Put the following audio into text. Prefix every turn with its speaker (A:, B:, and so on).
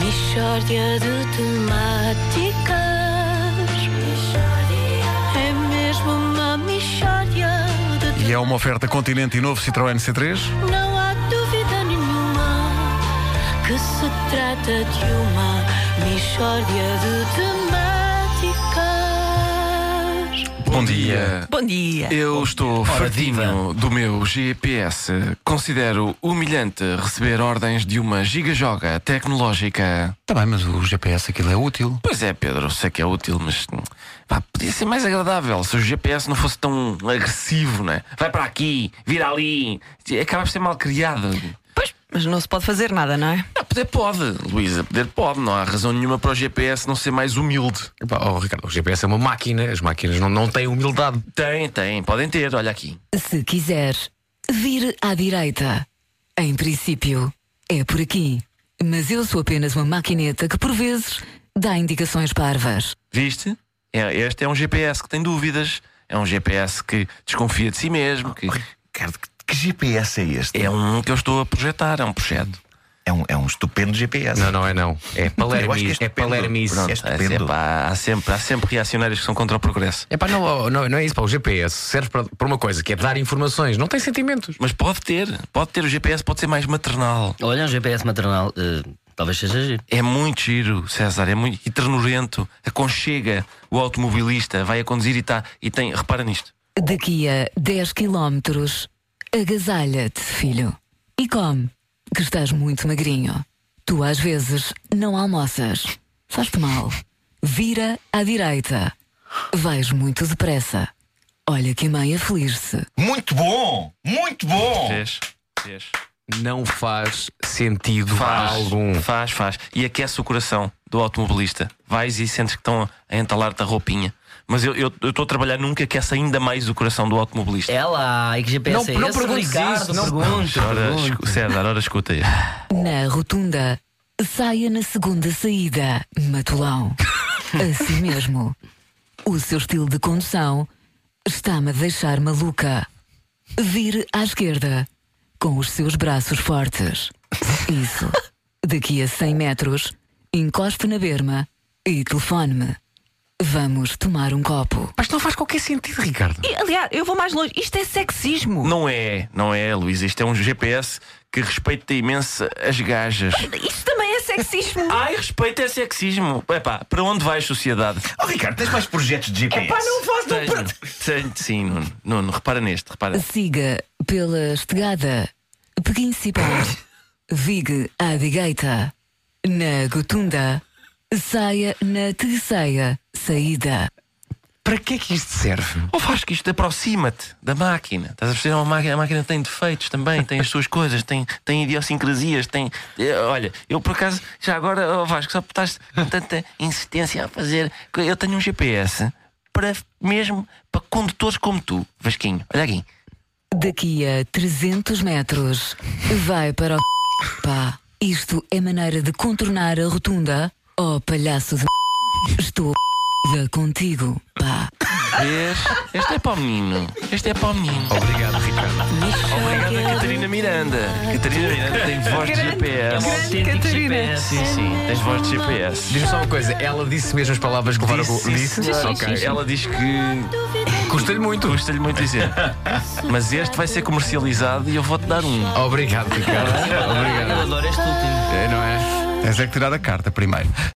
A: Mistória de temáticas. É mesmo uma mistória de
B: E é uma oferta Continente e novo Citroën C3.
A: Não há dúvida nenhuma que se trata de uma mistória de temáticas.
C: Bom dia.
D: Bom dia.
C: Eu estou
E: Ora,
C: fartinho do meu GPS. Considero humilhante receber ordens de uma gigajoga tecnológica.
E: Está Tá bem, mas o GPS aquilo é útil.
C: Pois é, Pedro, sei que é útil, mas pá, podia ser mais agradável se o GPS não fosse tão agressivo, né? Vai para aqui, vira ali. Acaba por ser mal criado.
D: Pois, mas não se pode fazer nada, não é?
C: Ah, poder pode, Luísa, poder pode. Não há razão nenhuma para o GPS não ser mais humilde.
E: Epá, oh, Ricardo, o GPS é uma máquina, as máquinas não, não têm humildade.
C: Tem, tem, podem ter, olha aqui.
F: Se quiser, vir à direita. Em princípio, é por aqui. Mas eu sou apenas uma maquineta que, por vezes, dá indicações parvas.
C: Viste? É, este é um GPS que tem dúvidas, é um GPS que desconfia de si mesmo. Que
G: Ricardo, que, que GPS é este?
C: é um que eu estou a projetar, é um projeto.
G: É um, é um estupendo GPS.
E: Não, não é não. É
G: Eu acho que
E: palermis.
G: é
E: É
G: estupendo.
E: palermis.
G: Pronto.
C: É
G: É estupendo.
C: sempre- há, há sempre, há sempre reacionários que são contra o progresso.
E: Epá, não, oh, não, não é isso, pá. O GPS serve para, para uma coisa, que é dar informações. Não tem sentimentos.
C: Mas pode ter, pode ter. O GPS pode ser mais maternal.
H: Olha, um GPS maternal, eh, talvez seja giro.
C: É muito giro, César, é muito e ternurento. Aconchega o automobilista, vai a conduzir e, tá, e tem. Repara nisto.
F: Daqui a 10 quilómetros, agasalha-te, filho. E come, que estás muito magrinho. Tu, às vezes, não almoças. Faz-te mal. Vira à direita. Vais muito depressa. Olha que a mãe aflige-se.
G: Muito bom! Muito bom!
C: Vês? Vês?
E: Não faz sentido algum.
C: Faz, faz. E aquece o coração do automobilista. Vais e sentes que estão a entalar-te a roupinha. Mas eu eu- eu estou a trabalhar num que aquece ainda mais o coração do automobilista.
H: É lá, e que GPS
E: Não-
H: é
E: não
H: esse?
E: perguntes
H: Ricardo,
E: isso, não-
H: pergunta,
C: Ora,
H: pergunta.
C: escu- César, ora escuta aí.
F: Na rotunda, saia na segunda saída, Matulão. Assim mesmo. O seu estilo de condução está-me a deixar maluca. Vire à esquerda, com os seus braços fortes. Isso. Daqui a 100 metros, encoste na berma e telefone-me. Vamos tomar um copo.
E: Mas não faz qualquer sentido, Ricardo.
D: E, aliás, eu vou mais longe. Isto é sexismo.
C: Não é, não é, Luís. Isto é um GPS que respeita imenso as gajas.
D: Isto também é sexismo.
C: Ai, respeito é sexismo. Epá, para onde vais, sociedade?
G: Oh, Ricardo, tens mais projetos de GPS?
D: faço.
C: Tenho, tenho- sim, Nuno, Nuno, repara neste, repara.
F: Siga pela estegada principal. Vigue à direita. Na Gotunda. Saia na terceira saída.
E: Para que é que isto serve?
C: Ou faz que isto aproxima-te da máquina. Estás a perceber? É Uma máquina, a máquina tem defeitos também, tem as suas coisas, tem, tem idiosincrasias, tem. eh, Olha, eu por acaso, já agora, oh Vasco, só porque estás com tanta insistência a fazer. que Eu tenho um GPS para mesmo para condutores como tu, Vasquinho. Olha aqui.
F: Daqui a 300 metros. Vai para o. Pá, isto é maneira de contornar a rotunda? Oh, palhaço de. Estou contigo, pá.
C: Vês? Este é para o menino. Este é para o menino.
E: Obrigado, Ricardo.
C: Obrigado a Catarina Miranda. Catarina Miranda tem voz de GPS.
H: Autêntico
D: Catarina.
H: GPS.
C: Sim, sim, tens voz de GPS.
E: Diz-me só uma coisa, ela disse mesmo as palavras que levaram
C: Disse,
E: o. Disse?
C: senhora.
E: Ok.
C: Ela diz que
E: Custa-lhe muito.
C: Custa-lhe muito dizer. Mas este vai ser comercializado e eu vou-te dar um.
E: Obrigado, Ricardo. Obrigado.
H: Eu adoro este último.
E: É, não é?
B: Tens é que tirar a carta primeiro.